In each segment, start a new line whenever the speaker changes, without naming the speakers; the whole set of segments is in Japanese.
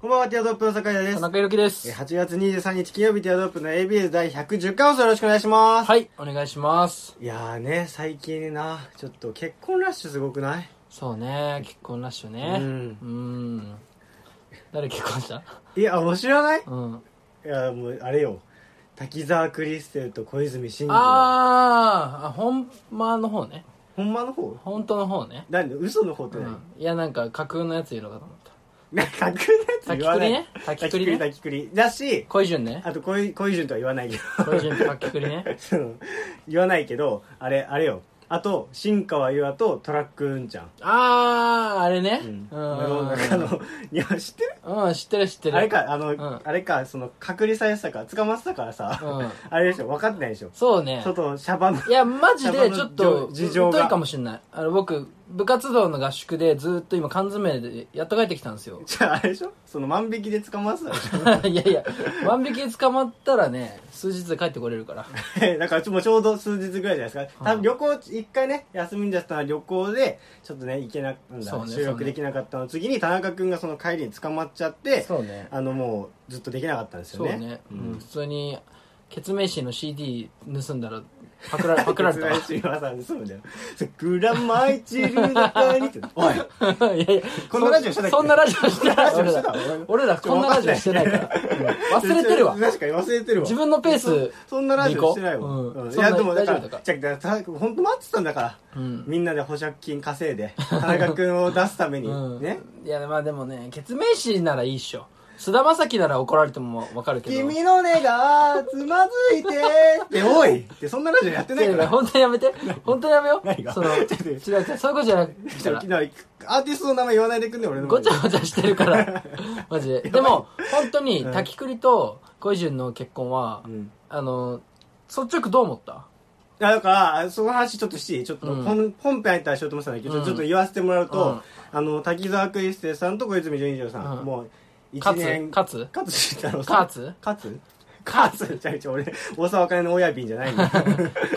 こんばんは、ティアドロップの酒井で
田
す。
中裕樹です
えー。8月23日金曜日、ティアドロップの ABS 第110回放送よろしくお願いします。
はい、お願いします。
い、やーね、最近な、ちょっと結婚ラッシュすごくない
そうね、結婚ラッシュね。
う
うんん。誰結婚した
いや、もう知らない
うん。
いや、もう、あれよ。滝沢クリステルと小泉進次の。
あーあ、ほんまの方ね。
ほんまの方
本当の方ね。
なんで嘘の方って
う
何、
ん。いや、なんか架空のやついるのかと思った。
なんか架空のやつ
滝
言わ
く
な
り
い。
ね。滝く
滝
り
くり、
ね。
滝くり。だし、
恋順ね。
あと恋、恋順とは言わないけど。
恋順と滝くりね。
その言わないけど、あれ、あれよ。あと、新川優愛とトラックうんちゃん。
ああ、あれね。
う
うんん。。
あの、いや、知ってる
うん、知ってる知ってる。
あれ。か、あの、
ん
あれか、その、隔離されてたから、捕まってたからさ、
うん。
あれでしょ、分かってないでしょ。
そうね。
外、シャバの、
いや、マジでちょっと、
事情が。
疎いかもしんない。あの、僕、部活動の合宿でずっと今缶詰でやっと帰ってきたんですよ
じゃああれでしょその万引きで捕まってたでし
いやいや、万引き捕まったらね、数日で帰ってこれる から。
ょだからちょもうちょうど数日ぐらいじゃないですか。多分旅行、一回ね、休みんじゃったのは旅行で、ちょっとね、行けなかっ
そう
た、
ね
収
そう
録
ね
できなかったの次に、田中君がその帰りに捕まっちゃって、
そうね。
あの、もう、ずっとできなかったんです
そ
よ
う
ね。
ね。
う
うん
ん
普通に、決命誌の CD 盗んだら、パクらパクられたわ。
松林島さんそうだよ。グラマイチルの谷って、おい
いやいや、
こんなラジオしてたっけ
そんなラジオしてない。
ラジオ
俺
してた
ら、俺らこんなラジオしてないから。 うん忘れてるわ。
確かに忘れてるわ。
自分のペース
そそんなラジオしてないわ。
行こうう
う
ん
んいや、でも、だか、
そんな大丈夫だからら
じゃあだから田中本当待ってたんだから。
うん
みんなで保釈金稼いで、田中君を出すために、
うん、
ね。
いやまあでもね決命誌ならいいっしょ菅田将暉なら怒られてもわかるけど
君の根がつまずいてって、おいって、そんなラジオやってないか
いや
ら。
本当にやめて本当にやめよ
何が
その違う
ちょっと
違うそういうことじゃなくて
ちょっとアーティストの名前言わないでくんね、俺の
ご
前
ち
で。
ゃごちゃして るからマジででも本当に滝栗と恋順の結婚は、
うん
あの率直どう思った
あだから、その話ちょっとしていいちょっと
うん
本、本編入ったらしようと思ってたんだけど、
うん
ちょっと言わせてもらうと、
うん
あの、滝沢クリステさんと小泉純一郎さん、
うん
もう、一
勝
年
つ、勝つ
勝つ慎太郎さん。
勝つ
勝つ勝つじゃあ一応俺、大沢かねの親便じゃない んだよ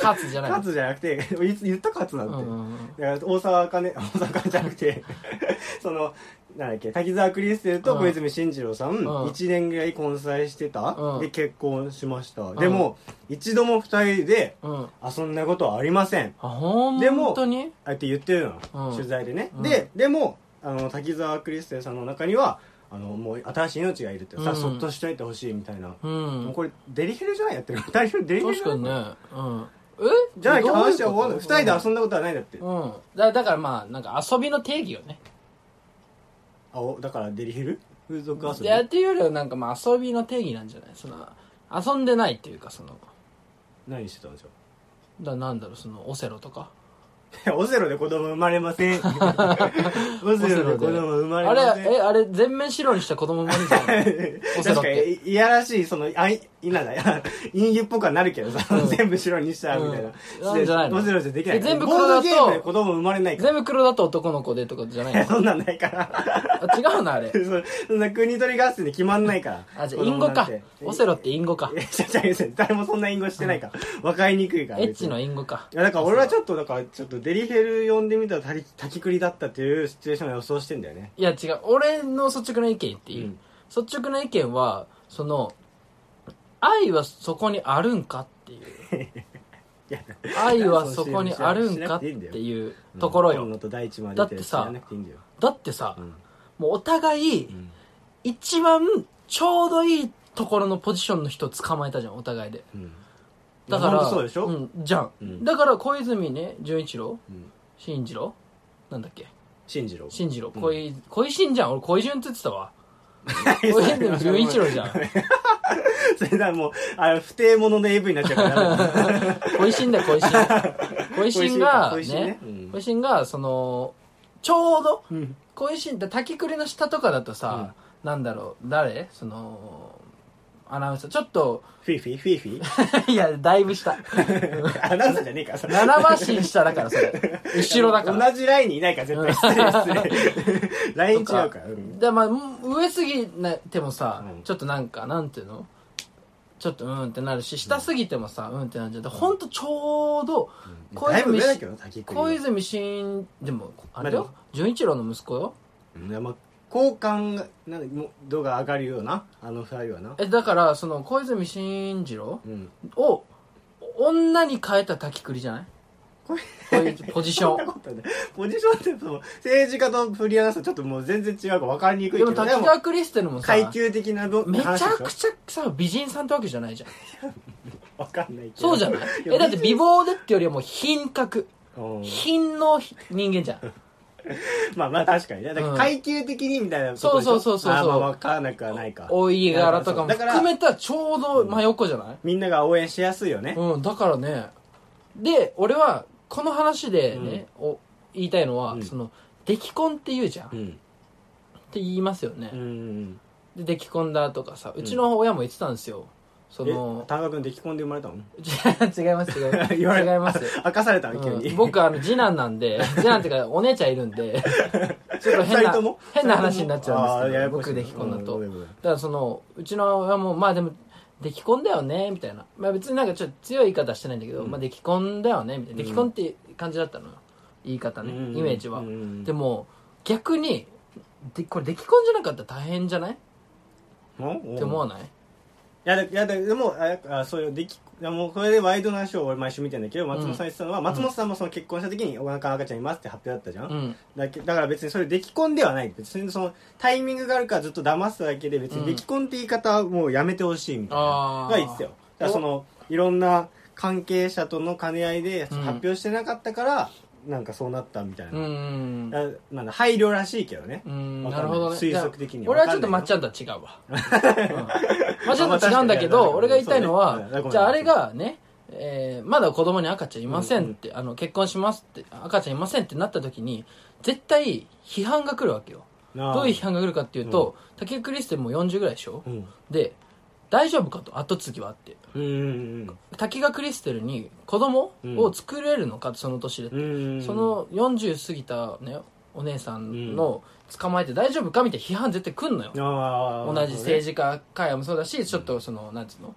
勝つじゃない
勝つじゃなくて、いつ言った勝つなんて。
うんうんうん
だから大沢かね、 大沢かねじゃなくて、 その、なんだっけ、滝沢クリステルと小泉進次郎さん、
うん
1年ぐらい交際してた、
うん
で結婚しました。
ん
でも、一度も二人で
うんあ
遊んだことはありません。でも
本当に
あえて言ってるの、
うん
取材でね、
うん
ででもあの滝沢クリステルさんの中にはあのもう新しい命がいるって、
うん
さそっとしといてほしいみたいな、
う
もうんこれデリヘルじゃないやってる 二人デリヘルじ
確
ゃ
か
ない
にねうんえ
じゃなきゃ話は終わん
ど
な
う
いう二
こと
人で遊んだことはないんだって、
うん、だだからまあなんか遊びの定義よね
あおだからデリヘル風俗遊
い
び
やっていうよりはなんかまあ遊びの定義なんじゃないその遊んでないっていうかその
何してたんでしょう
だなんだろうそのオセロとか
いやオセロで子供生まれま せんオセロで子供生まれ
あれ
ません
えあれ全面白にした子供もいるじゃんオセ
確
ロっ
か
て
にいやらしいそのあいいなんだいや陰湯っぽくはなるけどさ、
うん
全部白にしたみたいな、
うんなんじゃないの
どうせどうせできない
え全部
ボー
黒
ド
だと
ゲームで子供生まれないか
全部黒だと男の子でとかじゃな い
ら
の
そんなんないから
あ違うなあれ
そそんな国取り合戦で決まんないから
あじゃあインゴか
子供なんて
オセロってインゴか
いやちゃちゃちゃ誰もそんな隠語してないから分かりにくいから
エッチの
い
インゴか
やだから俺はちょっとだからちょっとデリヘル呼んでみたら滝滝くりだったっていうシチュエーションを予想してんだよね
いや違う俺の率直な意見言っていい、
うん
率直な意見はその愛はそこにあるんかってい う
いや
愛はそこにあるんかっていうところよ、
本能と大地まで
だってさ
知らなくていいんだよ
だってさ、
うん
もうお互い
うん
一番ちょうどいいところのポジションの人捕まえたじゃんお互いで
うん
だから
ほんとそうでしょ、
ん、じゃん、
うん
だから小泉ね純一郎
うん
慎次郎なんだっけ
進次郎
慎次郎
うん
小い小いじゃん俺小い順って言ってたわ
い
小泉純一郎じゃ ん
それだもうあの不定者の AV になっちゃうからダメだ
小いんだ小い小いが
小石ね
ね
うん
小いがそのちょうど
うん
小石って滝栗の下とかだとさ、なんだろう誰そのアナウンサーちょっと
フィーフィーフィーフ
いやだいぶ下
ィ ーアナウンサーじゃねえからさ
7馬身下だからそれ後ろだから
同じラインにいないから絶対失礼失礼ライン違うからうん
でまあうん上すぎてもさ、
うん
ちょっとなんかなんていうのちょっとうんってなるし下すぎてもさうんってなるじゃんほんとちょうど小
だいぶ
泉
上だ
し
けどな滝
小
栗は
泉進でもあれ
まあで
よ純一郎の息子よ
うんいやまあ好感がなんもう度が上がるようなあの二人はな
えだからその小泉進次郎
うん
を女に変えた滝栗じゃない
これ
こういうポジシ
そ
ョ
んな
ン
ことない ポジションってその政治家とフリーアナウンサーちょっともう全然違うから分かりにくいけ
でも
ど
滝
も
川クリステルもさ
階級的など
めちゃ
話でしょ
くちゃさ美人さんってわけじゃないじゃん
わかんないけど
そうじゃないえだって美貌でってよりはもう品格
うん
品の人間じゃ ん
まあまあ確かにねだから階級的にみたいなことでしょ
そうそうそうそうそう
あーまあ分からなくはないか
お家柄とかも
だから
含めたちょうど真横じゃない
みんなが応援しやすいよね
うん、だからねで俺はこの話でね、お言いたいのは、
うん
その出来婚って言うじゃん、
う
って
ん
言いますよね、
うん
で出来婚だとかさうちの親も言ってたんですよ、そ
え
の
田中君出来込んで生まれたの
違います違います違い
言われ
ます
明かされたの急
う
に
ん、僕あの次男な んで次男っていうかお姉ちゃんいるんでちょっと変
二人
な
とも
変な話になっちゃうんです
あーや
け
や
ど
こしい
僕出来婚だ
う
と、
ん
だ
ごめんごめん
からそのうちの親もまあでも出来婚だよねみたいな、まあ、別になんかちょっと強い言い方してないんだけど、
うん
まあ、出来婚だよねみたいな
うん
出来婚って感じだったのよ言い方ね、
うん
イメージは、
うん
でも逆にでこれ出来婚じゃなかったら大変じゃない、
うん
って思わない
いやだいやだでもああそうよできいやもうこれでワイドナショーを俺毎週見てんだけど松本さん言ってたのは、松本さんもその結婚した時にお腹赤ちゃんいますって発表だったじゃん、
うん
だけだから別にそれ出来婚ではない別にそのタイミングがあるからずっと騙すだけで別に出来婚って言い方はもうやめてほしいみたいな
あー
が言ってたよだからそのいろんな関係者との兼ね合いで発
うん
表してなかったから、なんかそうなったみたいな、
うん
だなんだ配慮らしいけどね
うん
わ
な
かん
る
ない
ほどね
推測的には
俺はちょっとま
わ
っ
かん
ち
な
ゃ
い
んとは違うわ、 うん、まっちゃんとは違うんだ
まあ確か
けど
に
俺が言いたいの
そうね
は
うんごめんごめん
じゃああれがね、えーまだ子供に赤ちゃんいませんって、あの結婚しますって赤ちゃんいませんってなった時に絶対批判が来るわけよ
なあ
どういう批判が来るかっていうと、竹内クリステルも40ぐらいでしょ、
うん
で大丈夫かと後継ぎはって
うんうん
滝がクリステルに子供を作れるのか、その年で
うんうんうん
その40過ぎた、ね、お姉さんの捕まえて大丈夫かみたいな批判絶対来んのよ、
あー
同じ政治家会もそうだしちょっとそのなんつうの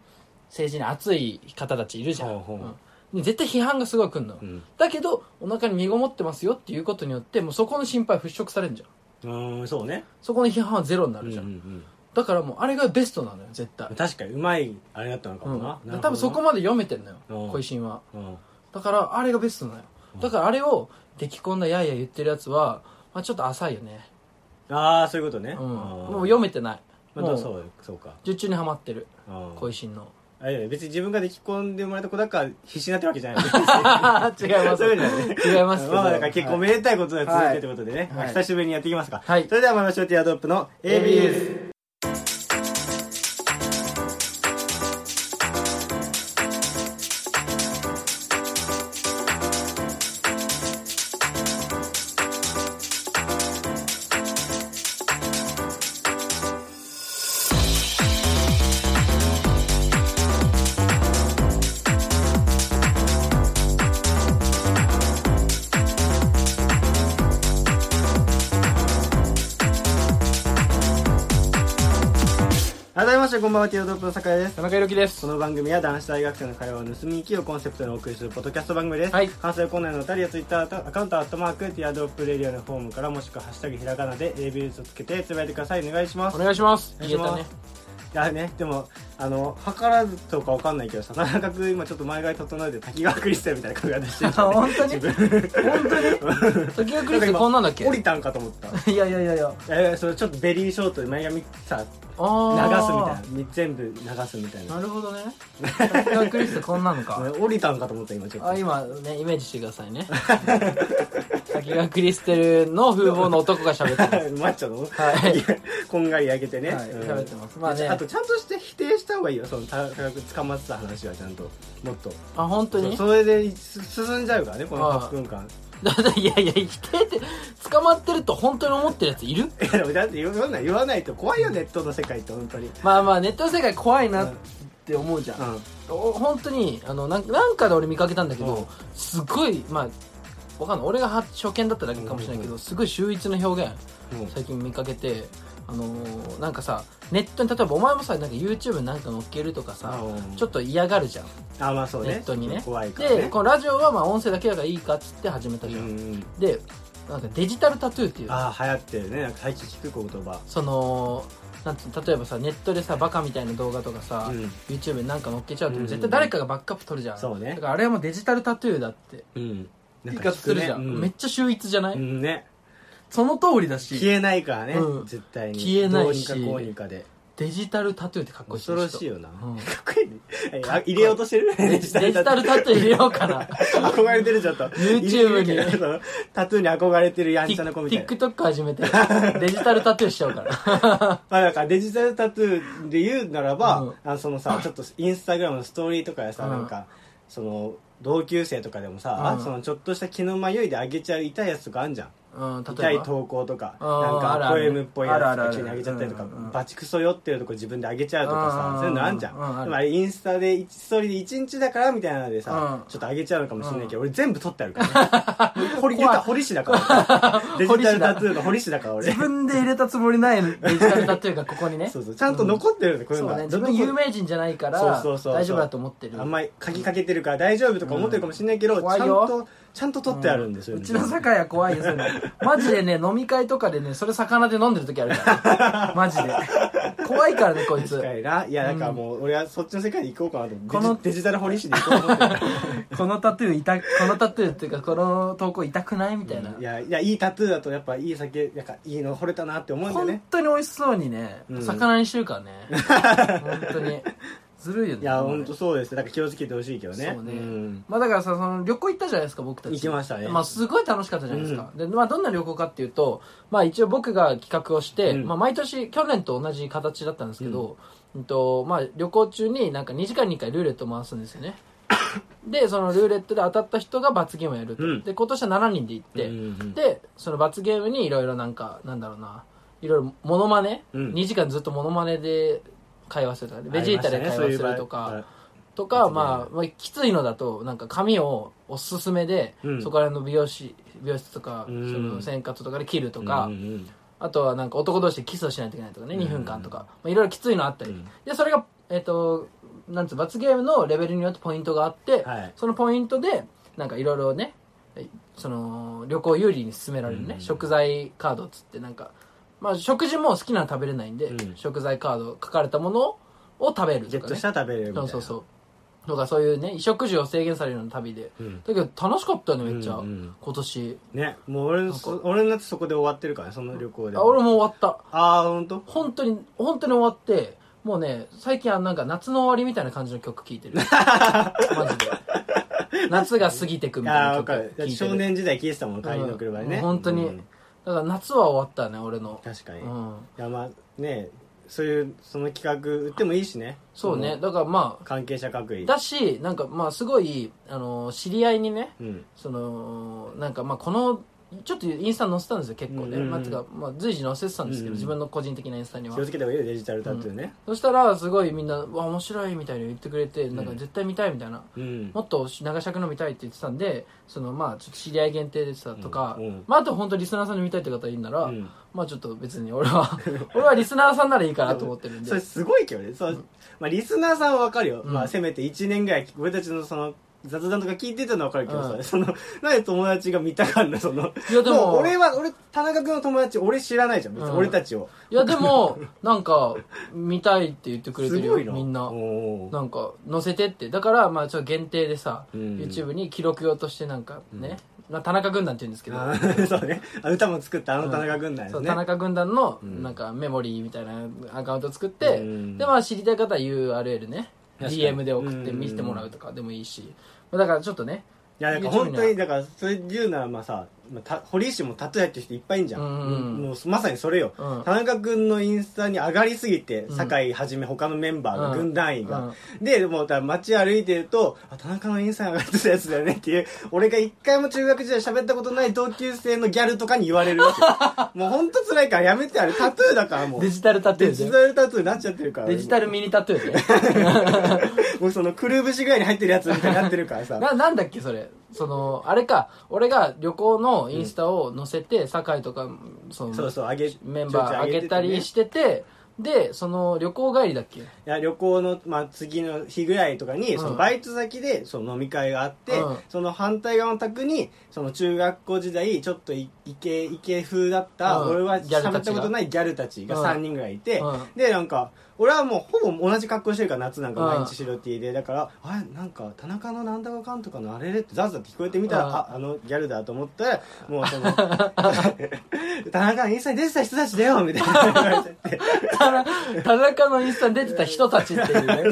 政治に熱い方たちいるじゃん、
ほうほう
うんで絶対批判がすごい来るのよ、
うん
だけどお腹に身ごもってますよっていうことによってもうそこの心配払拭されるじゃん
うんそうね
そこの批判はゼロになるじゃん、
うんうん
だからもうあれがベストなのよ絶対
うん、確かにうまいあれだったのか
う
も
ん、
な,、
多分そこまで読めてんのよ
うん
小石は
うん
だからあれがベストなのよだからあれを出来込んだやいや言ってるやつは、まあ、ちょっと浅いよね
ああそういうことね、
うん、
あー
もう読めてない、
まあ、
も
ど
う
うそうそうか
術中にはまってる
うん
小石の
あいやいや別に自分が出来込んでもらった子だから必死になってるわけじゃ ない
違います
そういうことじゃない
違いますけ ど、
まあだから結構
はい
めでたいことが続い
は
て
い
ということでね、まあ
はい
久しぶりにやっていきますか、
はい
それでは参りましょうティアドロップの AB です改めましてこんばんはティアドロップの酒井です
田中裕樹です
この番組は男子大学生の会話を盗み聞きをコンセプトにお送りするポッドキャスト番組です。
はい
関西コーナーのお便りやツイッターアカウントアットマーク、ティアドロップレディオのフォームからもしくはハッシュタグひらがなで AB ビューをつけてつぶやいてください。お願いします。
お願いします
お願いし
言え
ます
たね。
いやね、でも、あの、計らずとかわかんないけどさ、田中君今ちょっと前髪整えて滝川クリスタルみたいな髪型してる
本当に
自分
時が来るってこんなんだっけ
降りたんかと思った。
いやいやいやいや
えー、それちょっとベリーショートで前髪さ、流すみたい
あ
な。み全部流すみたい
ー
な。
なるほどね時が来るってこんなのか
ね降りたんかと思った今ちょっ
あ
と。
今ねイメージしてくださいね滝川クリステルの風貌の男が喋ってます
マッチョの、
はい
やこんがり焼けてね、
はい
うん
喋ってますまあね
あとちゃんとして否定した方がいいよその高く捕まってた話はちゃんともっと
あ本当に
そそれで進んじゃうからねこの
ああ
8分間
だって いやいや否定って捕まってると本当に思ってるやついる
いやでもだって言わない言わないと怖いよネットの世界って本当に
まあまあネットの世界怖いなって思うじゃん、
うん
お本当にあのなんなんかで俺見かけたんだけど、
うん
すごいまあわかんない俺が初初見だっただけかもしれないけど、すごい秀逸な表現
うん
最近見かけてあのーなんかさネットに例えばお前もさなんか YouTube なんか載っけるとかさ、
うん
ちょっと嫌がるじゃん
あまあそうね
ネットにね
怖いからね
でこのラジオはまあ音声だけだからいいかっつって始めた
う
じゃん、
ん
でなんかデジタルタトゥーっていう
ああ流行ってるねなんか最近聞く言葉
そのなんて例えばさネットでさバカみたいな動画とかさ、
うん
YouTube になんか載っけちゃうと
うん
絶対誰かがバックアップ取るじゃん、
そうね
だからあれはもうデジタルタトゥーだって
うん
ピカするじゃん、
う
めっちゃ秀逸じゃない、
うんね
その通りだし
消えないからね、
うん
絶対に
消えないし
どうにかこうにかで
デジタルタトゥーってかっこいい
恐ろしいよな、
うん
かっこいいねあ入れようとしてる
デジタルタトゥー入れようか な
憧れてるちょっと
YouTube に
入れてるけどタトゥーに憧れてるやんちゃな子みたいな
TikTok 始 めてデジタルタトゥーしちゃうから
まあなんかデジタルタトゥーで言うならば、
うん
あのそのさちょっとインスタグラムのストーリーとかでさ、
うん
なんかその同級生とかでもさ、
うん
そのちょっとした気の迷いで上げちゃう痛いやつとかあんじゃん
うん例
痛
え
い
ば
投稿とか
あーあ
なん
る
か
ある
ポエムっぽいやつ
あ
と
るあるあ
か
る
急に上げちゃったりとか
うんうんうん
バチクソ酔ってるとこ自分で上げちゃうとか
うんうんう
さ
ん
そういうのあんじゃ
うんある
んでもあれインスタで一ストーリーで一日だからみたいなのでさ
うん
ちょっと上げちゃうのかもしれないけど俺全部撮ってある からね堀出た堀市だから俺デジタルタトゥーの堀市だから俺
自分で入れたつもりないデジタルタトゥーがここにね
そうそうちゃんと残ってるんだよこういうの
そう
が
ね自分有名人じゃないから
そうそうそう
大丈夫だと思ってる
あんまり鍵かけてるから大丈夫とか思ってるかもしれないけど、
うん
ちゃん
怖い
とちゃんと取ってあるんですよ、
うちの酒屋怖い よそういうのマジでね飲み会とかでねそれ魚で飲んでる時あるから、ね、マジで怖いからねこいつ
確かにないやだからもう、俺はそっちの世界に行こうかなと思って
この
デジデジタル堀市で行こうと思って
このタトゥー痛このタトゥーっていうかこの投稿痛くないみたいな、
るいやいやいいタトゥーだとやっぱいい酒なんかいいの惚れたなって思うんだよ
本
ね
当に美味しそうにね、
うん
魚にしてるから ね本当にずるいよね
いや本当そうですねだから気をつけてほしいけどね
そうね
ん
まあだからさその旅行行ったじゃないですか僕たち
行きましたね
まあすごい楽しかったじゃないですか、でまあどんな旅行かっていうとまあ一応僕が企画をして、
うん
まあ毎年去年と同じ形だったんですけど、うんとまあ旅行中になんか2時間に1回ルーレット回すんですよ ねでそのルーレットで当たった人が罰ゲームをやると、
うん
で今年は7人で行って、
うんうん
でその罰ゲームにいろいろなんかなんだろうないろいろモノマネ、
うん
2時間ずっとモノマネで会話するとかねベジータで会話するとか、
ありましたね
とか、
別にね
まあ、まあ、きついのだと、なんか髪をおすすめで、
うん
そこら辺の美容師、美容室とか、
うん
その洗髪とかで切ると
そういう場合
か、
うんうん
あとはなんか男同士でキスをしないといけないとかね、
うん
2分間とか、まあ、いろいろきついのあったり。
うん
で、それが、えっ、と、なんつう、罰ゲームのレベルによってポイントがあって、
はい
そのポイントで、なんかいろいろね、えその、旅行を有利に進められるね、
うん
食材カードっつって、なんか、まあ、食事も好きなの食べれないんで、
うん
食材カード、書かれたものを食べるとか、ね。
ゲットしたら食べれるみたい
そう
な
そうそうとかそういうね衣食住を制限されるような旅で
うん
だけど楽しかったねめっち
う
ゃ、
んうん
今年
ねもう俺の
なん
そ俺のやつそこで終わってるからねその旅行で
あ俺も終わった
ああ本当
本当に本当に終わってもうね最近はなんか夏の終わりみたいな感じの曲聴い てるマジで夏が過ぎてくみたい
あ
な
あ分
曲
かる
聴いてる
少年時代聴いてたもん帰りの車でね、
うん本当に、
うん
だから夏は終わったね俺の
確かに、
う
い
ん
やまあねそういうその企画売ってもいいしね
そうね
ん
だからま
関係者各
あ
位
だしなんかまあすごいあの知り合いにね
うん
そのなんかまあこのちょっとインスタに載せたんですよ結構ね、
うんうんうん
まあてかまあ、随時載せてたんですけ
うんう
ど、
ん
自分の個人的なインスタに
気
は
をつけた方がいいよデジタルタトゥーね
そしたらすごいみんな「うわ面白い」みたいに言ってくれてなんか絶対見たいみたいな、
うん、
もっと長尺の見たいって言ってたんでそのまあちょっと知り合い限定でさとか、
うんうん
まあ、あと本当リスナーさんで見たいって方いるなら、
うん
まあちょっと別に俺は 俺はリスナーさんならいいかなと思ってるん で
それすごいけどねそう、まあ、リスナーさんは分かるよ、
うん
まあ、せめて1年ぐらい俺たちのその雑談とか聞いてたのは分かるけどさ、
うん
そのなんで友達が見たかんだその
いやでも
う俺は俺田中君の友達俺知らないじゃん別に
うん
俺たちを、
いやでもなんか見たいって言ってくれて
す
る
ごい
よ
な
みんな
おー
なんか載せてってだからまあちょっと限定でさ、
うん
YouTube に記録用としてなんかね、まあ、田中軍団って言うんですけど、
あー そうねあ歌も作ったあの田中軍団です
そう
ね、
田中軍団の
うん
なんかメモリーみたいなアカウント作って、
うん
でまあ知りたい方は URL ね
確かに
DM で送って見せてもらうとかでもいいし、まあだからちょっとね
いやだから本当にだからそれで言うならまあさまあた堀石もタトゥーやってる人いっぱいいんじゃん、
うんうん
もうまさにそれよ、
うん
田中君のインスタに上がりすぎて
うん
酒井はじめ他のメンバーが、
うん
軍団員が、
うん
でもうだから街歩いてるとあ田中のインスタに上がってたやつだよねっていう 俺が一回も中学時代喋ったことない同級生のギャルとかに言われるわ けもう本当辛いからやめてあれタトゥーだからもう
デジタルタトゥ
デジ
ーで
タルタトゥーになっちゃってるから
デジタルミニタトゥー で
もうそのくるぶしぐらいに入ってるやつみたいになってるからさ
ななんだっけそれそのあれか俺が旅行のインスタを載せて、酒井とかその
そうそうあげ
メンバー上げたりしててて、でその旅行帰りだっけ
いや旅行の、まあ、次の日ぐらいとかに、
うん
そのバイト先でその飲み会があって、
うん
その反対側の宅にその中学校時代ちょっとイイケイケ風だった、
うん
俺は
ギャル
喋
たちが
ったことないギャルたちが
うん
3人ぐらいいて、
うん
でなんか俺はもうほぼ同じ格好してるから夏なんか毎日白 T でだからあれなんか田中のなんだかかんとかのあれれってザーザーって聞こえてみたら、
うん
ああのギャルだと思ったらもうその 田中のインスタに出てた人たちだよみたいな言わ れちゃって
田田中のインスタに出てた人たちっていうね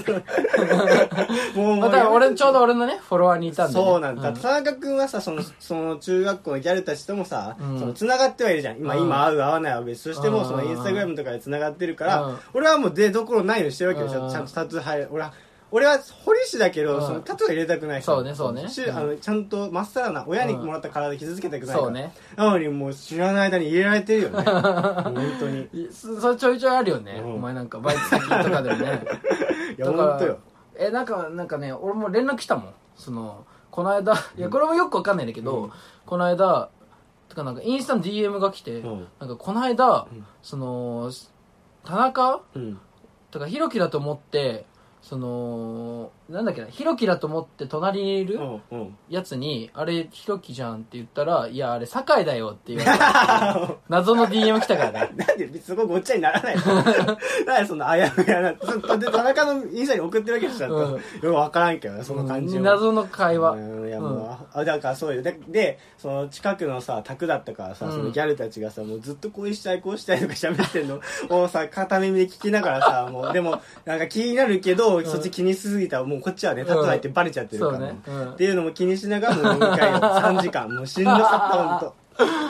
もうも
ま
う
あだから俺ちょうど俺のねフォロワーにいたんでね、
そうなんだ、田中君はさそ のその中学校のギャルたちともさ、
うん
その繋がってはいるじゃん今、
うん
今会う会わないは別として
う
も
ん
そのインスタグラムとかで繋がってるから、
うん
俺はもう出どころないようにしてるわけよ、
うん
ちゃんちゃんとタトゥー入る俺は俺は堀市だけど、
うん
そのタトゥーは入れたくない人
そうねそうね
し
うん
あのちゃんとまっさらな親にもらった体傷つけたくないから、
そうね
なのにもう知らない間に入れられてるよ ね本当にい
いそそれちょいちょいあるよね、
うん
お前なんかバイト先とかでも ね
や
だから
本当よ
えなんかなんかね俺も連絡来たもんそのこの間いやこれもよくわかんないんだけど、
うん
この間てかなんかインスタの DM が来て、
うん
なんかこの間、
うん
その田中
うん
とかひろきだと思ってそのなんだっけなひろきだと思って隣にいる
うんうん
やつに「あれひろきじゃん」って言ったら「いやあれ酒井だよ」って言われて 謎の DM 来たからね
なんでそこごっちゃにならない のなんでそんなあやふやな。ずっとで、田中のインスタに送ってるわけでしょ、ちゃんと
うん
よくわからんけどな、その感じ
う
を。
ん謎の会話、
うんいやもう、あだからそうよででその近くのさ宅だったからさ、
うん
そのギャルたちがさもうずっとこうしたいこうしたいとか喋ってんのをさ片耳で聞きながら さもうでもなんか気になるけど、そっち気にしすぎたらもうこっちはね立たないってバレちゃってる
そ
から、
うね、うん
っていうのも気にしながらもう飲み会を3時間もうしんどかったほんと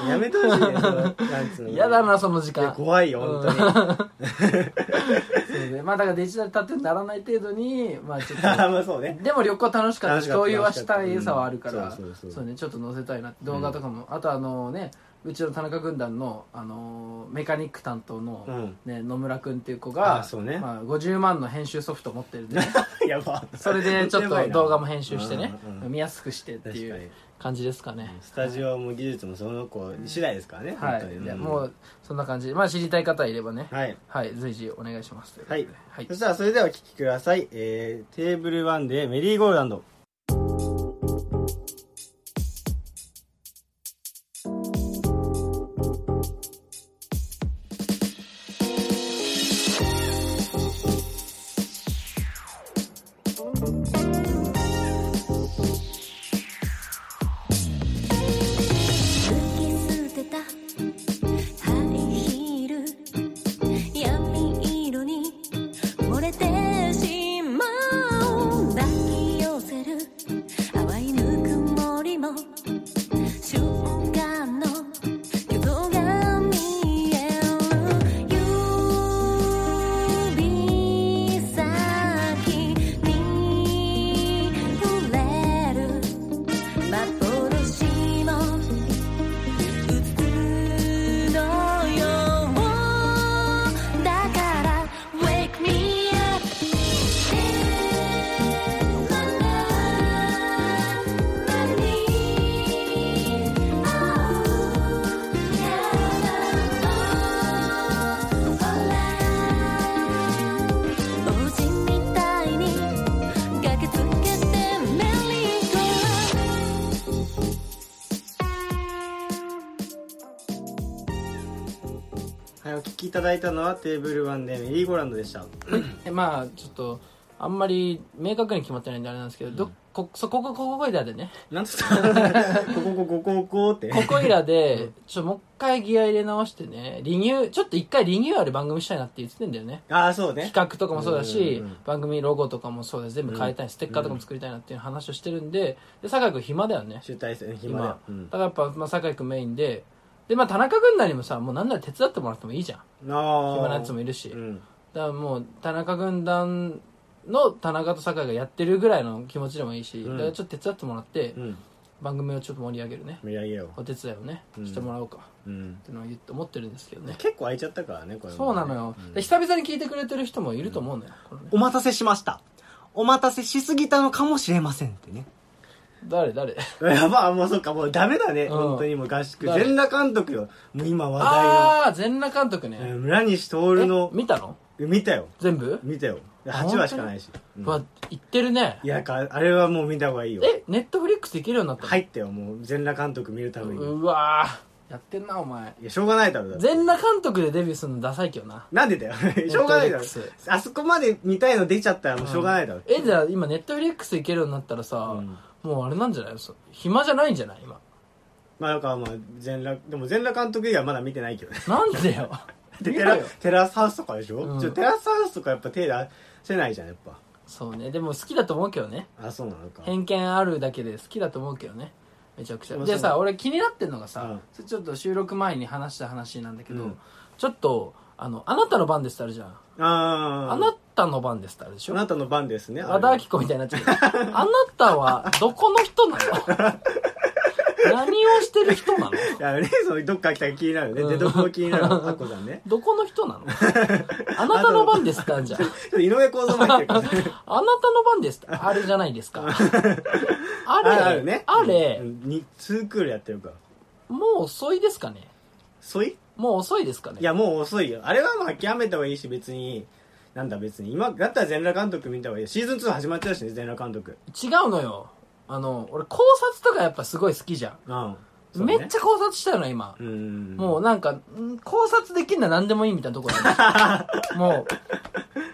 やめてほしいねそのなんつうの
嫌だなその時
いや
間
怖いよ本当に、
そうねまあだからデジタルタトゥーにならない程度にまあちょっと
まあそうね
でも旅行楽しかった
楽
し
しかった
共有はしたいさはあるから、
うんそうそうそう
ねちょっと載せたいな動画とかも、あとあのねうちの田中軍団の、あのーメカニック担当
う
の
ん、
ね野村君っていう子が
あそうね
まあ、50万の編集ソフト持ってるんで
やば
それでちょっ
やばい
と
な
動画も編集してね、
うんうん
見やすくしてってい
確か
う
に
感じですかね
スタジオも技術もその子次第ですからね、
は
本当
い、
に
いや
ん
もうそんな感じまあ知りたい方いればね
はい
はい、随時お願いしますとうこと
は
で
い、
はい
そしたらそれではお聴きください、えー、テーブルワンでメリーゴールランド
突き捨てたハイヒール闇色に漏れてしまう抱き寄せる淡いぬくもりも瞬間の横が見える指先に触れる幻も「うつのようだから Wake me up」「まままに青空ほら」「おじみたいに駆けつけてメリーゴー」
はいお聴きいただいたのはテーブルワンでメリーゴーランドでした
えまあちょっとあんまり明確に決まってないんであれなんですけど、どこそここここいらで ね
なんつったここここここって
ここいらでちょっともう一回ギア入れ直してねリニューちょっと一回リニューアル番組したいなって言ってんだよね
ああそうね
企画とかもそうだし、
うんうんうん
番組ロゴとかもそうだし全部変えたい、ステッカーとかも作りたいなっていう話をしてるんでで酒井君暇だよね
集大成の暇だよ
今、
うん
だからやっぱ、まあ、酒井君メインでで、まあ、田中軍団にもさもうなんなら手伝ってもらってもいいじゃん
ああ
暇なやつもいるし、
うん
だからもう田中軍団の田中と酒井がやってるぐらいの気持ちでもいいし、
うん
だからちょっと手伝ってもらって、
うん
番組をちょっと盛り上げるね
盛り上げよ
お手伝いをね
うん
してもらおうかっ
う、うん、
てのを言って思ってるんですけどね、
結構空いちゃったからねこれもね
そうなのよ、
うん
で久々に聞いてくれてる人もいると思うのよ、このね
お待たせしました。お待たせしすぎたのかもしれませんってね。
誰誰
やばあもうそっかもうダメだね、
ん
本当にもう合宿
誰
全裸監督よもう今話
ああー全裸監督
題の
ね
うん村西徹
え
の
見たの
見たよ
全部
見たよ
あ
8話しかないし、うん
うわ言ってるね
いやかあれはもう見た方がいいよ
えネットフリックスできるようになったの
入ったよもう全裸監督見るために、
うわーやってんなお前
いやしょうがないだろだって
全裸監督でデビューするのダサいけどな
なんでだよ しょうがないだろ
Netflix
あそこまで見たいの出ちゃったらもうしょうがないだろ、
えじゃあ今ネットフリックス行けるようになったらさ、もうあれなんじゃないそ暇じゃないんじゃない今
まあだからまあ全裸でも全裸監督以外はまだ見てないけどね
なんでよ
で
見
テ
ろ
ラ
よ
テラスハウスとかでしょ、
うん
ちょテラスハウスとかやっぱ手出せないじゃんやっぱ
そうねでも好きだと思うけどね
あそうなのか
偏見あるだけで好きだと思うけどねめちゃくちゃ
まあ
で
そ
さ
う
俺気になってんのがさ、
うん
それちょっと収録前に話した話なんだけど、
うん
ちょっとあの「あなたの番です」ってあるじゃん、
あー
あなたの番です」ってあるでし
あ
ょ
なたの番ですね
和田アキ子みたいになっちゃうあなたはどこの人なの 何をしてる人なの
いや、レイソンどっから来たか気になるね。
うん
で、どこも気にな る。アッコさんね。
どこの人なのあなたの番ですってあるじゃん
ちょっと井上構造も入ってるからね。
あなたの番ですってあれじゃないですかあれ
あ
あ
るね。
れ
う、んに、ツークールやってるから。
もう遅いですかね
遅い
もう遅いですかね
いや、もう遅いよ。あれはまあ諦めた方がいいし、別に。なんだ別に。今、だったら全裸監督見た方がいいよ。シーズン2始まっちゃうしね、全裸監督。
違うのよあの俺考察とかやっぱすごい好きじゃん、
うん。そう
め
ね
っちゃ考察したよな今、
うん。
もうなんかん考察できんなら何でもいいみたいなところ だねも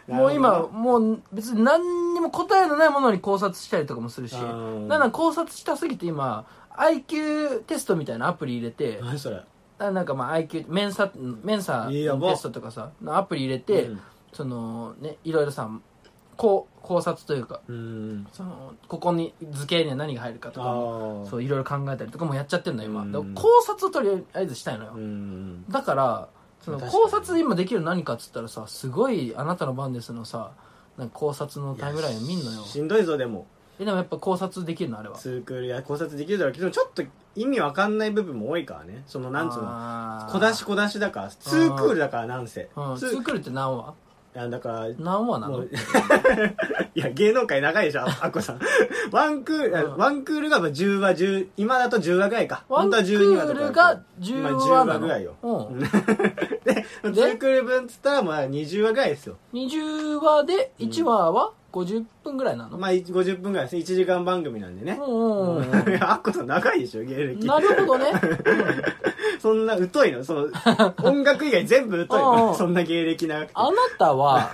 うもう
なる
今
ほ
もう別に何にも答えのないものに考察したりとかもするし
あー
なんなら考察したすぎて今 IQ テストみたいなアプリ入れて
何それ。
ななんかまあ IQ メンサメンサ
いや
の
もう
テストとかさのアプリ入れて、
うん
そのねいろいろさこう考察というか
うん。
そのここに図形には何が入るかと
あ
かも
あ。
そういろいろ考えたりとかもやっちゃってんの今、
うん
だから考察をとりあえずしたいのよ、
うん。
だからその
確かに
考察今できる何かっつったらさすごい「あなたの番です」のさなんか考察のタイムラインを見んのよ
しんどいぞ、でも。
えでもやっぱ考察できるのあれは
ツークールや考察できるだろうけど、ちょっと意味わかんない部分も多いからね。その、なんつうの。
の
小出し小出しだからツークールだからなんせ
うん、ツ
ツー
ークールって何話
いやだか
何話
らも
なの
う いや芸能界長いでしょああっこ さんワンクール、あ
うん
ワンクールがまあ10話10今だと10話ぐらいか
ワン
本当は
ク
12話と
ー
か
ル
だから
が10
今
話なの
ぐらいよ
うん、
ツークール分っつったらまあ20話ぐらいですよ
20話で1話は50分ぐらいなの、
まあい50分ぐらいですね1時間番組なんでね
うんうんうん
い やあっこさん長いでしょ芸歴
なるほどね、
そんな疎いのそ の音楽以外全部疎い
うんう
の
ん
そんな芸歴長くて
あなたは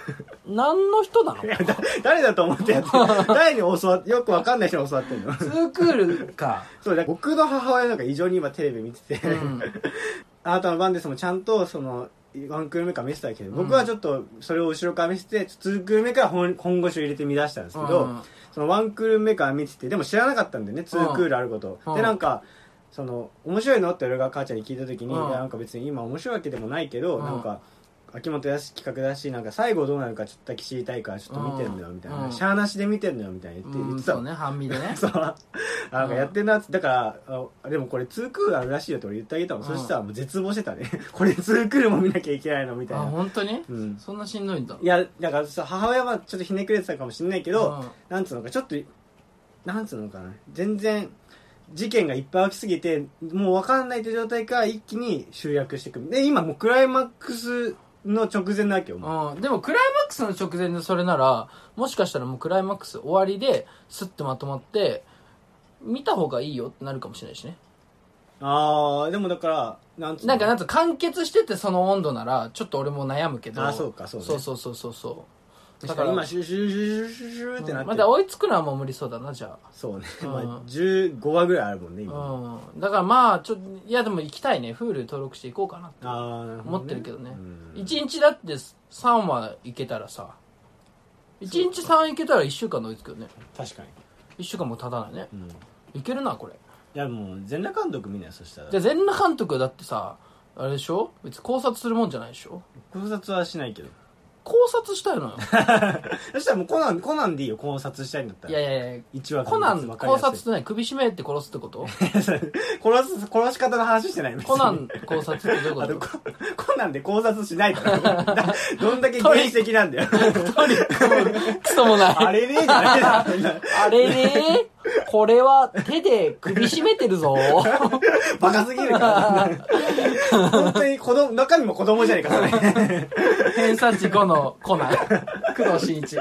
何の人な の
だ誰だと思ってやって る誰に教わってよくわかんない人に教わってんの
ツークールか、
そうだ僕の母親なんか異常に今テレビ見てて、
うん、
あなたの番ですもちゃんとそのワンクール目から見せたけど、僕はちょっとそれを後ろから見せて2クール目から本本腰を入れて見出したんですけど、
うん
そのワンクール目から見ててでも知らなかったんだよね2クールあること、
うん
でなんかその面白いのって俺が母ちゃんに聞いた時に、
うん
いやなんか別に今面白いわけでもないけど、
うん
なんか秋元康企画だしなんか最後どうなるかちょっとだけ知りたいからちょっと見てんだよみたいな、
うん
しゃーなしで見てんだよみたいな言って,、
う
言っ
ん、
てた
そ
の
うね半身で ね
そう。あなんかやってんなっつだから、あでもこれツークールあるらしいよって俺言ってあげたもん。
うん
そしたらもう絶望してたね。 これツークールも見なきゃいけないのみたい
あ
な。
本当に、
うん
そんなしんどいんだ
いや、だからさ母親はちょっとひねくれてたかもしんないけど、なんつうのか、ちょっと、なんつうのかな。全然、事件がいっぱい起きすぎて、もうわかんないって状態から一気に集約していくる。で、今もうクライマックスの直前なわけよ、
う
もうん
うん、でもクライマックスの直前でそれならもしかしたらもうクライマックス終わりでスッてまとまって見た方がいいよってなるかもしれないしね
あー、でもだから、なんつうの
なんかなんと完結しててその温度ならちょっと俺も悩むけど
あそうかそうね
そうそうそうそうそう
だから今、シュシュシュシュシュシュってなってる。
まだ追いつくのはもう無理そうだなじゃ
そうね、
うん
まあ15話ぐらいあるもんね今、あ
あうんだからまあちょっといやでも行きたいね Hulu 登録していこうかなって
あなるほど、
思ってるけどね
うん
1日だって3話いけたらさ1日3いけたら1週間の追いつくよね
確かに、
1週間も経たないね
うん、い
いけるなこれ
やもう全裸監督見ないそしたら
で全裸監督だってさあれでしょ別に考察するもんじゃないでしょ
考察はしないけど
考察したい のよ
そしたらもうコナンコナンでいいよ考察したいんだった
い
ら
やいやいや
一話
コナン
わかりや
考
すい
察ってない首絞めって殺すってこと
殺す殺し方の話してない別に
コナン考察ってどう
あ
い
と
うこ
ココナンで考察しないから だどんだけ原始的なんだよ
とトリックもクソもない
あれねえじゃないだろ
あれねこれは手で首絞めてる ぞ。
バカすぎるから。本当に子供、中身も子供じゃねえか、それ。
偏差値5のコナン。工藤新一。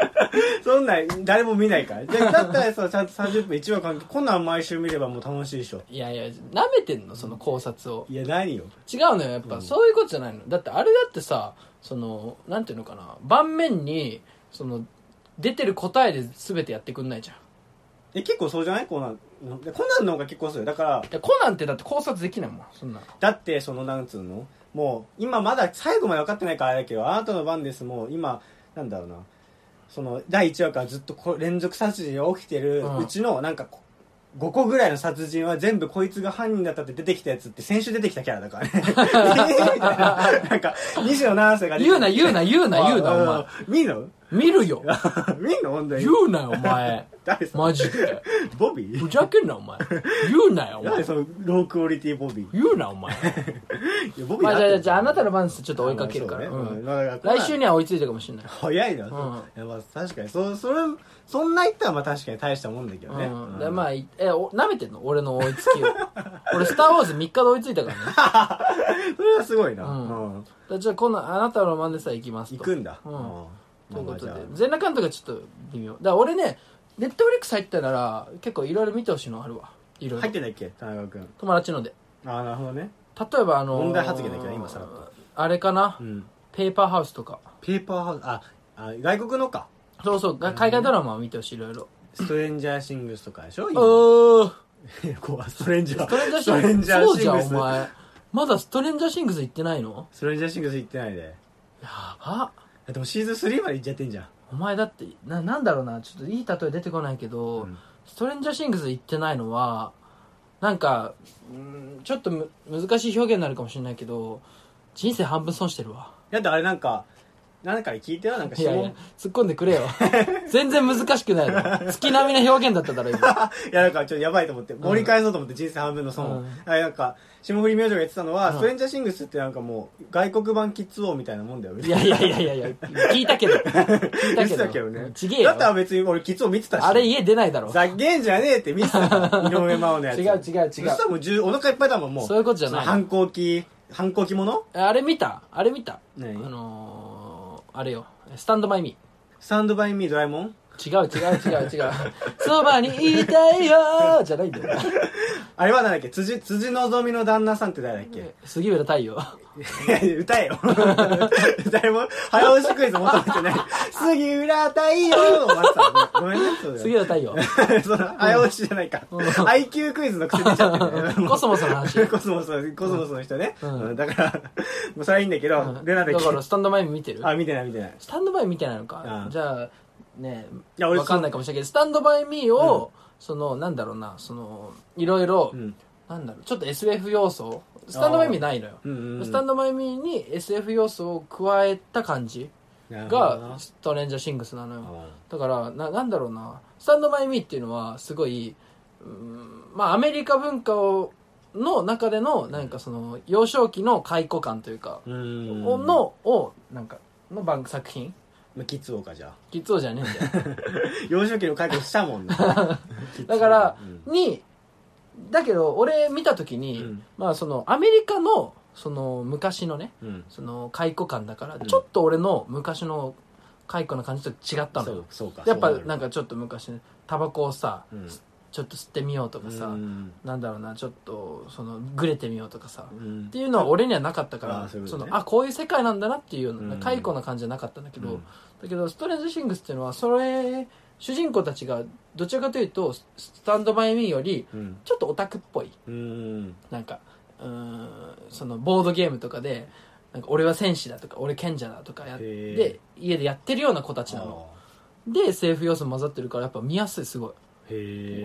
そんなん誰も見ないから。で、だったらさ、ちゃんと30分1話完結。こんなん毎週見ればもう楽しいでしょ。
いやいや、舐めてんのその考察を。
いや、何よ。
違うのよ、やっぱ、そういうことじゃないの。だってあれだってさ、その、なんていうのかな、盤面に、その、出てる答えで全てやってくんないじゃん。
え、結構そうじゃないコナン。でコナンの方が結構そうよ。だから、
いや、コナンってだって考察できないもん、そんなの。
だって、その、なんつうのもう、今まだ最後まで分かってないからあれだけど、あなたの番ですもう、今、なんだろうな。その、第1話からずっとこ連続殺人が起きてる
うん
うちの、なんか、5個ぐらいの殺人は全部こいつが犯人だったって出てきたやつって先週出てきたキャラだ からね。みたいななんか、27歳が出てきて
言うな、言うな、言うな、言うな、お前。
お前。見んの
見るよ。
見んの本当に
言。うなよ、お前。
誰それ
マジで。
ボビー
ふざけんな、お前。言うなよ、お
誰
前。
そのロークオリティボビー。
言うな、お前。
いやボビー
まあ、じ
だ
ゃあ、
って
じゃあ、あなたの番ですちょっと追いかけるから。
あまあそうね
うん
まあだから
来週には追いついてるかもしれない。
早いな、そう
う
いやまあ確かにそそれそんな言ったらまあ確かに大したもんだけどね、
うん、
う
で
ん
まあいえお舐めてんの俺の追いつきを俺「スター・ウォーズ」3日で追いついたからねだか
それはすごいな、
う
うんん
らじゃあ今度あなたの番でさえ行きます
行
と
くんだ、
う
うん
んという
まあま
こ
あ
と
じゃ
で
あ
全裸監督がちょっと微妙だから俺ねネットフリックス入ったなら結構いろいろ見てほしいのあるわいろい
入っ
ろ
てないっけ田中君
友達ので
ああなるほどね
例えばあのー
問題発言だけど今さらっと
あれかな、
うん
ペーパーハウスとか
ペーパーハウスああ外国のか
そうそうが海外ドラマを見てほしいいろいろ
ストレンジャーシングスとかでしょ今
おー
怖いストレンジャー
ストレンジャーシングスそうじゃんお
ス
前まだストレンジャーシングス行ってないの
ストレンジャーシングス行ってないで
やば
でもうシーズン3まで行っちゃってんじゃん
お前だってななんだろうなちょっといい例え出てこないけど、
うん
ストレンジャーシングス行ってないのはなんかうんちょっとむ難しい表現になるかもしれないけど人生半分損してるわ
だってあれなんか何かに聞いてよなんか
い
指
や
紋
いや突っ込んでくれよ 全然難しくないの月並みな表現だっただろ今
いや、なんかちょっとやばいと思って、盛り返そうと思って人生半分の損を。
うん
あなんか、霜降り明星が言ってたのは、
うん
ストレンジャーシングスってなんかもう、外国版キッズ王みたいなもんだよ、みた
い
いな。
やいやいやいやいや聞いたけど聞
言
いた
っ
け
て
ど
たけどね。
ちげえ
だったら
よ
別に俺キッズ王見てたし。
あれ家出ないだろ
ざっげんじゃねえって 見てたから、井上真央のやつ。
違う違う違う
そしたらもう十お腹いっぱいだもん、もう。
そういうことじゃな
そ
い
の反抗期、反抗期もの
あれ見たあれ見たあ
何
のー、あれよスタンドバイミー
スタンドバイミードラえもん
違う違う違う違う。そばにいたい よじゃないんだよ。
あれはなんだっけ辻、辻のぞみの旦那さんって誰だっけ、
杉浦太陽。
いやいや 歌えよ。誰も、早押しクイズ求め てない。杉浦太陽を待ってたのねごめんね、そうだよ
杉浦太 陽。
その、早押しじゃないか。IQ クイズの癖出ちゃ ってね。
コスモス の話。
コスモス、コスモスの人ね。
うん
うんだから、 もうそれはいいんだけど、で、なんだっ
だから
け。
スタンドバイ見てる
あ、見てない見てない。
スタンドバイ見てないのか
う。ん
じゃあ、ね
いや俺
わかんないかもしれないけど、スタンドバイミーを、その、なんだろうな、その、いろいろ
う、ん。
なんだろう、ちょっと SF 要素スタンドバイミーないのよ。
うんうんうん
スタンドバイミーに SF 要素を加えた感じ
なるほど
が、
な
ストレンジャーシングスなのよ。
あ
だからななんだろうなスタンドバイミーっていうのはすごい、うんまあ、アメリカ文化をの中でのなんかその幼少期の解雇感というか、
うん。
を、のをなんかの番作品
まあ、キッズ王かじゃあ。
きつうじゃねえんだよ
幼少期の解雇したもんね。
だから
うん
にだけど俺見た時に、
うん
まあそのアメリカのその昔のね
うん。
その解雇感だから、
ん
ちょっと俺の昔の解雇の感じと違ったの
そ
よ
うそうか。
やっぱ
そうる
なんかちょっと昔ねタバコをさ、
うん
ちょっと吸ってみようとかさ、
うん
なんだろうなちょっとそのグレてみようとかさ、
う
っ
ん
ていうのは俺にはなかったから
あーそういうこ
そ
とね
のあこういう世界なんだなっていうような
うん
解雇な感じじゃなかったんだけど、
うん
だけどストレンジシングスっていうのはそれ主人公たちがどちらかというとススタンドバイミーより
うん。
ちょっとオタクっぽい
うん。
なんかうーんそのボードゲームとかでなんか俺は戦士だとか俺賢者だとかやっ
へー
て家でやってるような子たちなので SF 要素混ざってるからやっぱ見やすいすごい、
あーへ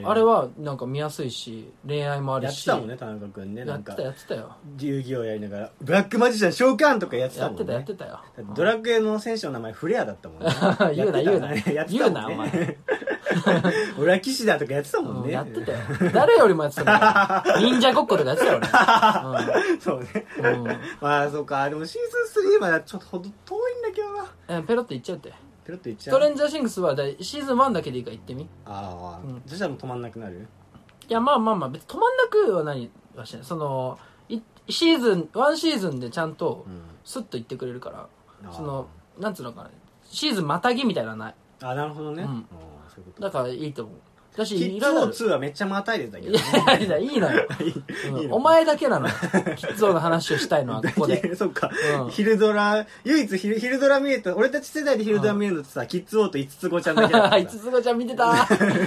ー
あれはなんか見やすいし恋愛もある
やって
した
もんね、田中君ね。
や
な
っ
ん
て
か
た、やってたよ
遊戯王やりながら、ブラックマジシャン召喚とかやって
や
た
っ
も
て
ん
たやっ
ね
て。たよ。
ドラクエの戦士の名前フレアだったもんね
言うな
やっ
言う
てた
な
ねやって
言う
た
な
も
お
ん
前
ね。 俺は騎士だとかやってたもん
うん
ね。
やってたよ誰よりもやってた もん忍者ごっことかやってたよ
そうね。
俺、うんうん
まあそうか、でもシーズン3まではちょっとほど遠いんだけどな。
え、ペロって言っちゃうって
ペロッといっちゃう
トレンジャーシングスはだいシーズン1だけでいいから行ってみい
ああ、
うん
そしたらもう止まんなくなる
やまあまあまあ別に止まんなくはないはしないそのいシーズン1シーズンでちゃんと
うん
スッと行ってくれるから、
あー
そのなんつうのかなシーズンまたぎみたいなのはない
あなるほどね、
うん
あーそういうこと
だからいいと思うだし
キッ
い
ズ
ら
王
ない
2はめっちゃまたいでたけ
い
ど、
や
ね、
いやいいのよ、うん
いいの
お前だけなのよキッズ王の話をしたいのはここで
そっか、
うん
昼ドラ唯一昼昼ドラ見えた俺たち世代で昼ドラ見えるのってさ、キッズ王と五つ子ちゃんだけだから
あ
さ
いつつごちゃん見てたい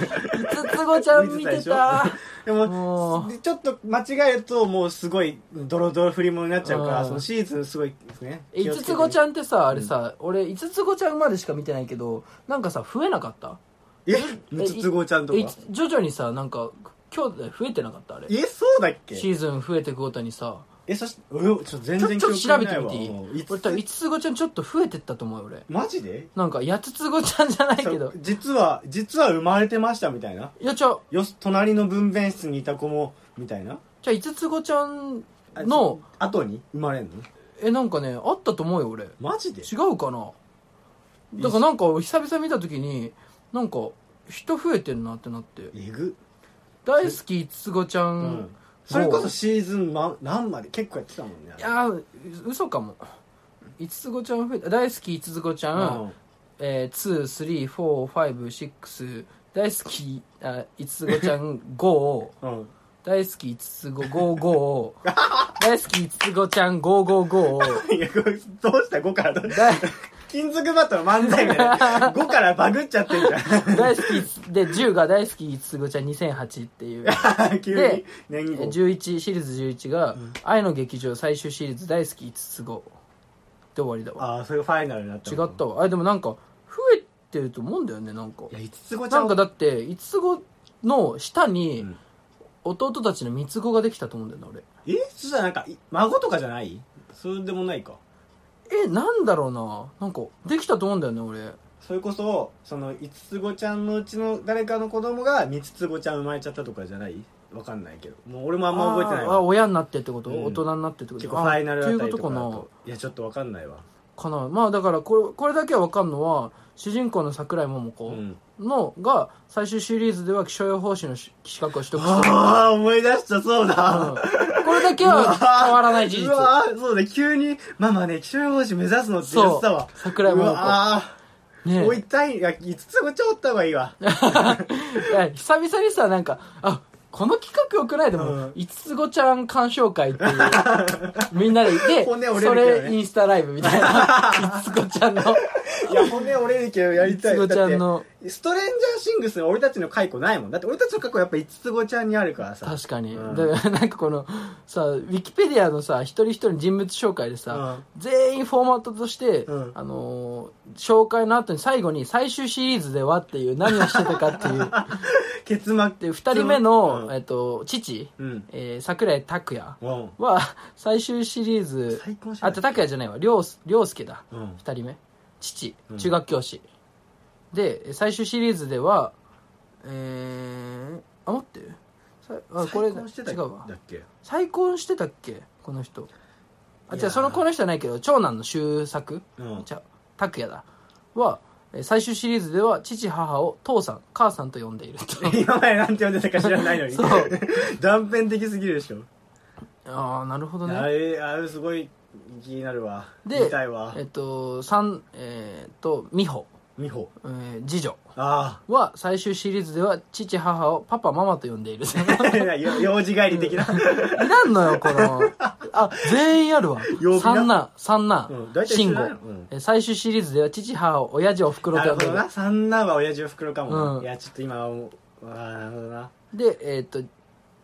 つつごちゃん見てた
でも
もう
ちょっと間違えるともうすごいドロドロ振り物になっちゃうから、
うん
そのシーズンすごいですね
五つ子ちゃ
ん
んってさあれさ、俺五つ子ちゃんまでしか見てないけどなんかさ増えなかった
え五つ子ちゃんと
え
か
徐々にさなんか兄弟増えてなかったあれ
えそうだっけ
シーズン増えていくごとにさ
えそして俺ちょっと全
ちょち
然
ょっ
記
と
憶
調
に
べ
な
てみ
わ
ていい
もう五
俺
つ
多分五つ子ちゃんちょっと増えてったと思うよ俺
マジで
なんか八つ子ちゃんじゃないけど
そう実は実は生まれてましたみたいない
やちゃ
よし隣の分娩室にいた子もみたいな
じゃ五つ子ちゃん
あ
の
後に生まれんの
えなんかねあったと思うよ俺違
マジで
うかなだからなんか久々見た時になんか人増えてんなってなって
えぐ
大好き五つ子ちゃ
うんんそれこそシーズンま何まで結構やってたもんね
いやーう嘘かも五つ子ちゃん増えた大好き五つ子ちゃん、
うん
えー、23456大好きあ五つ子ち ゃん5
うん
大好き五つ子55大好き五つ子ちゃん555
いやこれどうした5から
大
金属バットの漫才みたい な5からバグっちゃってるじ
大好き五つで10が大好き五つ子ちゃん2008っていう
ゃん 急に
で
年号
11シリーズ11が、愛の劇場」最終シリーズ「大好き五つ子」で終わりだわ
ああそれがファイナルになった
違
の
ったわあでもなんか増えてると思うんだよねなんか
いや五つ子ちゃ
なん
ん
かだって五つ子の下
う
に
ん
弟たちの三つ子ができたと思うんだよな俺
えそしたらなんかい孫とかじゃないそうでもないか
えなんだろうななんかできたと思うんだよね俺
それこそその五つ子ちゃんのうちの誰かの子供が三つ子ちゃん生まれちゃったとかじゃないわかんないけどもう俺もあんま覚えてない
あーあ
わ
親になってってこと、
うん
大人になってってこと
結構ファイナルあた
あ
り
とい
と
う
か
こ
だ
と
といやちょっとわかんないわ
かなかなまあだからこれこれだけは分かんのは主人公の桜井桃
う
子
ん
の、が最終シリーズでは気象予報士の資格を取得してる、
ああ思い出したそうだ
うん これだけは変わらない事
う
実
わーそうだ急にママね気象予報士目指すのって言ってたわ
そう桜井桃
う
子
わ
ね
ー
え
もう一体いや5つもちょった方がいいわ
いや久々にさなんかあこの企画よくないでも、
うん
いつごちゃん鑑賞会っていうみんなでで、
骨折れるけど
そ
ね
れインスタライブみたい ないつごちゃんの
いや骨折れるけどやり
い
た
つ
い
ごちゃんの
だってストレンジャーシングスの俺たちの解雇ないもんだって俺たちの解雇やっぱ5つ子ちゃんにあるからさ
確かに、
うん
だから なんかこのさウィキペディアのさ一人一人の人物紹介でさ、全員フォーマットとして、
うん
あのー紹介の後に最後に最終シリーズではっていう何をしてたかっていう
結膜
で2人目の、
うん
えっと、父、
うん
えー桜井拓也
うん
は最終シリーズ
最高じゃない
あと拓也じゃないわ涼涼介だ、
う
二
ん
2人目父
うん
中学教師、で最終シリーズではえー、あ待ってさあこれ
再婚してた
違うわ
だっけ
再婚してたっけこの人あ
い
じ
や
ゃ
ー
そのこの人はないけど長男の周作
うん
じゃあ拓也だはえー最終シリーズでは父母を父さん母さんと呼んでいると
今までなんて呼んでたか知らないのに
そう
断片的すぎるでしょ
ああなるほどね
あれあれすごい気になるわ
で
見たいわ
えっと三えーっと美穂、
美穂
えー次女
あ
は最終シリーズでは父母をパパママと呼んでいる
あ用事帰り的な、
いらんのよこのあ全員あるわ
曜日な
三男三
うん
男
大体
慎
知
吾
らんようん
えー最終シリーズでは父母を親父を袋
な
と
るほ
呼んでい
ど
る
な三男は親父を袋かもな、
うん
いやちょっと今はもうああなるほどな
でえーっと、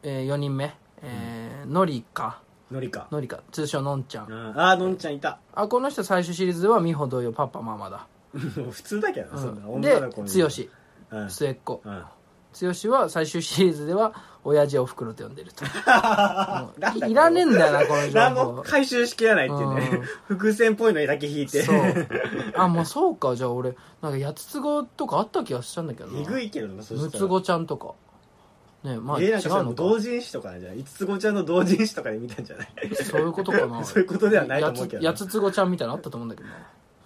え4人目えーのりか
のりか、
のりか通称のんちゃ
うんん、ああのんちゃんいた
あこの人最終シリーズでは美穂同様パパママだ、
普通だけどな、そんな
うん、
女
で
の子
剛
にうん、
末っ子
うん、
剛は最終シリーズでは親父をおふくろと呼んでる と
なんだ
いいらねえんだよなこの
何
情
も
報
回収しきらないっていう
うん
ね伏線っぽいのだけ引いて
そう あもうそうかじゃあ俺なんか八つ子とかあった気がしたんだけど
えぐ
ない
けどなそ
六
した
つ
ら
子ちゃんとかねまあ
え
違う
なんかその
の
同
か
人誌とかなんじゃない五つ子ちゃんの同人誌とかで見たんじゃない
そういうことか な
そういうことではないと思うけどな
八つ八つ子ちゃんみたいなのあったと思うんだけどな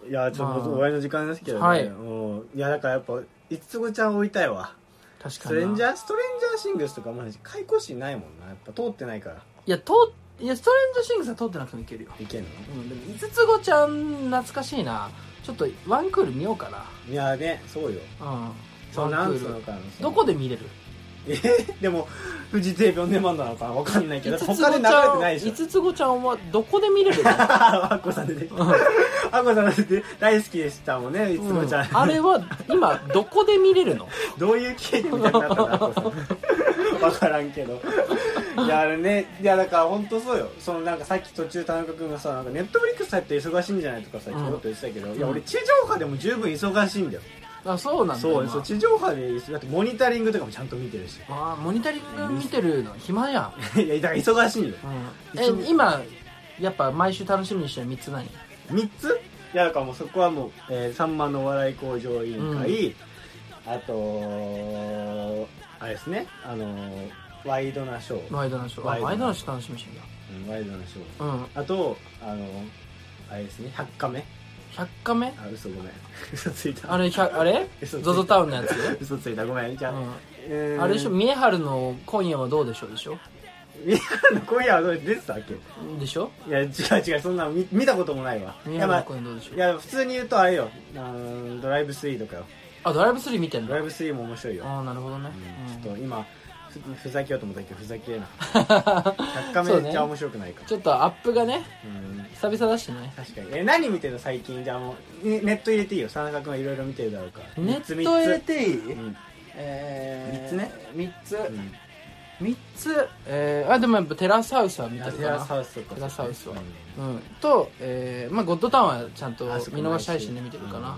いやちょっと
まあ
終わりの時間ですけどね、
はい
もういやだからやっぱいつごちゃん追いたいわ
確か
スト
に
レンジャ
な
ーストレンジャーシングスとかもう開口誌ないもんなやっぱ通ってないから
いや通っいやストレンジャーシングスは通ってなくてもいけるよ
いけんの
うんでも五つ子ちゃん懐かしいなちょっとワンクール見ようか
いやねそうよ
なうん
そう
ワ
な
ンク
んつうの
ール
かなその
どこで見れる
でもフジテレビオンデマンドなのかなわかんないけど
五
だ
つ
って
子ち
他で流れてないで
ゃん
しょ
五つ子ちゃんはどこで見れ るの
あっこさん出てきたあっこさん出てきて大好きでしたもんねいつ
う
ご
ん
ちゃん、
あれは今どこで見れるの
どういう経緯みたいになったのアッコさんわからんけどいやあれねいやだから本当そうよそのなんかさっき途中田中君がさなんかネットフリックス入って忙しいんじゃないとかさちょろっと言ってたけど、
ん
いや俺地上波でも十分忙しいんだよ、
あそうなんだ
そう
今
そう地上波でだってモニタリングとかもちゃんと見てるし
あーモニタリング見てるの暇じゃ ん、
いやだから忙しいんだよ一
え
日
今やっぱ毎週楽しみにしてる3つ何
3ついやだからもうそこはもう「えー、さんまのお笑い向上委員会」あとあれですねあのーワイドナショー、
ワイドナショー
ワ
あ
イドナ
ワイドナショー楽しみにしてんだ
うんワイドナショー
うん
あとあのーあれですね100カメ
100カメ
あ嘘ごめん 嘘ついた
あれ100あれ
嘘ついた
ZOZO タウンのやつ、
嘘ついたごめんじゃあ、
う
え
ん、
ー
あれでしょ三重春の今夜はどうでしょうでしょ
みんなの今夜はどれ出てたっけい
でしょ
や違う違うそんなの見見たこともないわい
三重
や,、
春
ま
の
あ、
今夜どうでしょ
いうや普通に言うとあれよあのドライブ3とかよ
あドライブ3見てん
ドライ
の
ブ3も面白いよ
ああなるほどね、
うん
うん
ちょっと今ふふざけようと思ったけどふざけな 100カメ
そう
じ
ね
ゃ面白くないか
ちょっとアップがね
ら、うん
久々だしね
確かにえ何見てるの最近じゃあもうねネット入れていいよ田中君はいろいろ見てるだろうから
ネ
三つ
ット入れ
三
ていい、
つうん
えー、
三つね
3つ、
うん
3つ、えー、あでもやっぱテラスハウスは見て
あ
る
テ
か
ラ
な
スハウスとか
テラスハウスは
う
うん、と、えーまあ、ゴッドタウンはちゃんと
んあそこ
見
も
逃
ない
し配信で見てるかな、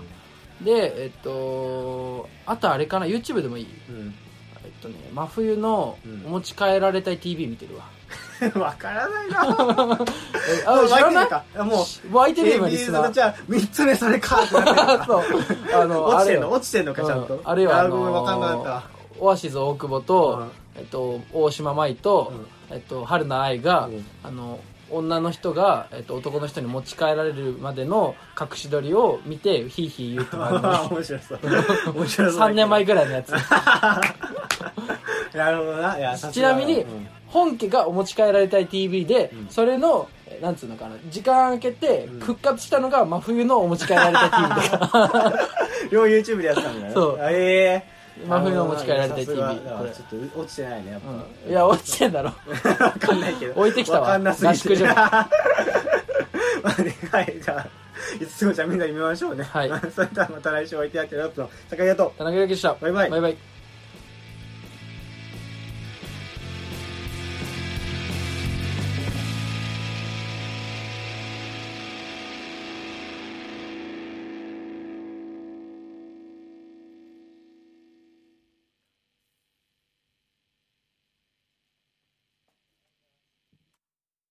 でえっとあとあれかな YouTube でもいい
うん
えっとね真冬の
うん
お持ち帰られたい TV 見てるわ、
うん わからない な
えあ知ら
も
な
う
い
かあもう
湧いてる
え
今
ー
リ
ビー
ス
ズ
ナ
の
ー
じゃあ3つ目それかってなってる
そうあの
落ちてん
あれ
の
よ
落ちてんのかちゃんと、
うんあるいはあの
ごめんわかんなかったわ
オアシズ大久保と、えっと、大島舞と、えっと、春菜愛が、
うん
あの女の人が、えっと、男の人に持ち帰られるまでの隠し撮りを見てヒーヒー言うって番 組
面白そう面白そうだけど
3年前ぐらいのや つ
なるほどないやさす
ち
がだ
なみに
うん
本家がお持ち帰られたい TV で、
うん
それのえなんつうのかな時間空けて
うん
復活したのが真冬のお持ち帰られたい TV だから
両 YouTube でやってたん だよ
そう
ええ
真冬の持ち帰られたい
さす
TV
がだか
こ
ら
れ
ちょっと落ちてないねやっ
うん いや落ちてんだろ
ぱわかんないけど
置いてきたわ
わかんなすぎて
合宿 所
まあねはいじゃあい つごちゃんみんなで見ましょうね
はい
それではまた来週おいてやってるやつの坂井と
田中裕樹でした
バイバイ
バイバイ